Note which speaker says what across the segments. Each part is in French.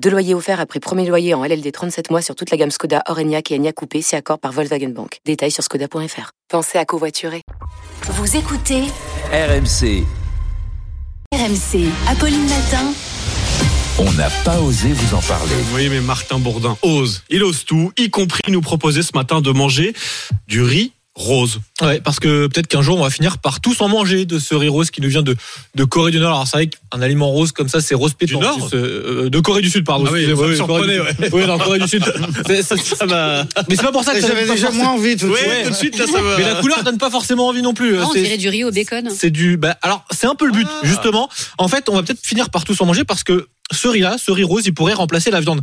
Speaker 1: Deux loyers offerts après premier loyer en LLD 37 mois sur toute la gamme Skoda, Orenia et Enya Coupé, si accord par Volkswagen Bank. Détails sur skoda.fr. Pensez à covoiturer.
Speaker 2: Vous écoutez
Speaker 3: RMC,
Speaker 2: RMC, Apolline Matin.
Speaker 3: on n'a pas osé vous en parler.
Speaker 4: Oui, mais Martin Bourdin ose. Il ose tout, y compris nous proposer ce matin de manger du riz rose.
Speaker 5: Ouais, parce que peut-être qu'un jour on va finir par tous en manger de ce riz rose qui nous vient de, de Corée du Nord. Alors c'est vrai qu'un aliment rose comme ça, c'est rose pétant.
Speaker 4: Du Nord
Speaker 5: C'est, euh, De Corée du Sud, pardon.
Speaker 4: Ah oui,
Speaker 5: Excusez-moi,
Speaker 4: ça me
Speaker 5: Corée du-
Speaker 4: surprenait,
Speaker 5: Oui, non, Corée du Sud. C'est- ça- ça
Speaker 4: Bah,
Speaker 5: m'a- Mais c'est pas pour ça que ça
Speaker 6: Ah, J'avais
Speaker 5: donne pas
Speaker 6: déjà
Speaker 5: forcément-
Speaker 6: moins envie tout de
Speaker 4: Oui,
Speaker 6: suite.
Speaker 4: tout de suite, là, ça va.
Speaker 5: Mais la couleur donne pas forcément envie non plus.
Speaker 7: Ah, on
Speaker 5: C'est-
Speaker 7: dirait du riz au bacon.
Speaker 5: c'est du. Bah, alors, c'est un peu le but,
Speaker 4: Ah.
Speaker 5: justement. En fait, on va peut-être finir par tous en manger parce que ce riz-là, ce riz rose, il pourrait remplacer la viande.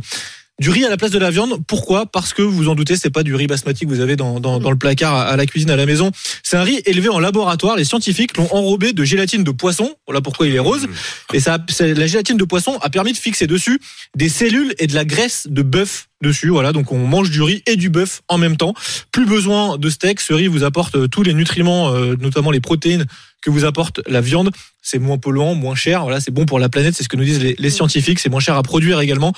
Speaker 5: Du riz à la place de la viande. Pourquoi Parce que vous vous en doutez, c'est pas du riz basmati que vous avez dans,
Speaker 7: Mm.
Speaker 5: dans, dans le placard à, à la cuisine à la maison. C'est un riz élevé en laboratoire. Les scientifiques l'ont enrobé de gélatine de poisson. Voilà pourquoi il est rose.
Speaker 4: Mm.
Speaker 5: Et ça, c'est- la gélatine de poisson a permis de fixer dessus des cellules et de la graisse de bœuf dessus. Voilà, donc on mange du riz et du bœuf en même temps. Plus besoin de steak. Ce riz vous apporte euh, tous les nutriments, euh, notamment les protéines que vous apporte la viande. C'est moins polluant, moins cher. Voilà, c'est bon pour la planète. C'est ce que nous disent les, les scientifiques. C'est moins cher à produire également.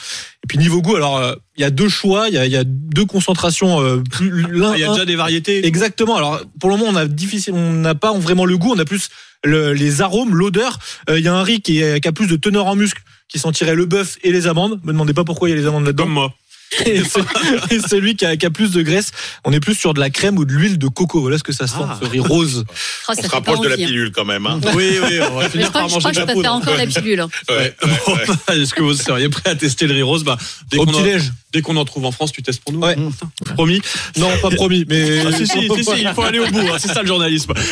Speaker 5: Et puis niveau goût, alors euh, il y a deux choix, il y a, il y a deux concentrations. euh, plus- l'un-
Speaker 4: Ah, Il y a déjà des variétés.
Speaker 5: Exactement. Alors pour le moment, on a difficile, on n'a pas vraiment le goût, on a plus le- les arômes, l'odeur. Euh, Il y a un riz qui, est- qui a plus de teneur en muscle, qui sentirait le bœuf et les amandes. Me demandez pas pourquoi il y a les amandes là-dedans.
Speaker 4: Comme moi.
Speaker 5: Et, ce- et celui qui a, qui a plus de graisse, on est plus sur de la crème ou de l'huile de coco. Voilà ce que ça sent,
Speaker 4: Ah.
Speaker 5: ce riz rose.
Speaker 7: Oh,
Speaker 8: On
Speaker 7: ça
Speaker 8: se
Speaker 7: fait pas
Speaker 8: rapproche de la
Speaker 7: envie. hein.
Speaker 8: pilule quand même. hein.
Speaker 4: Oui, oui, on va
Speaker 7: Mais je
Speaker 4: finir
Speaker 7: crois,
Speaker 4: par
Speaker 7: je crois
Speaker 4: manger
Speaker 7: que
Speaker 4: de
Speaker 7: je
Speaker 4: la
Speaker 7: préfère
Speaker 4: poudre.
Speaker 7: encore la pilule. hein.
Speaker 8: Ouais.
Speaker 4: Bon, bah, Est-ce que vous seriez prêt à tester le riz rose bah, Dès
Speaker 5: Au
Speaker 4: qu'on en,
Speaker 5: petit-déj.
Speaker 4: dès qu'on en trouve en France, tu testes pour nous.
Speaker 5: Ouais.
Speaker 4: Promis.
Speaker 5: Non, pas Mmh. promis, mais.
Speaker 4: Ah, si, si, si, si, il faut aller au bout. hein, C'est ça le journalisme.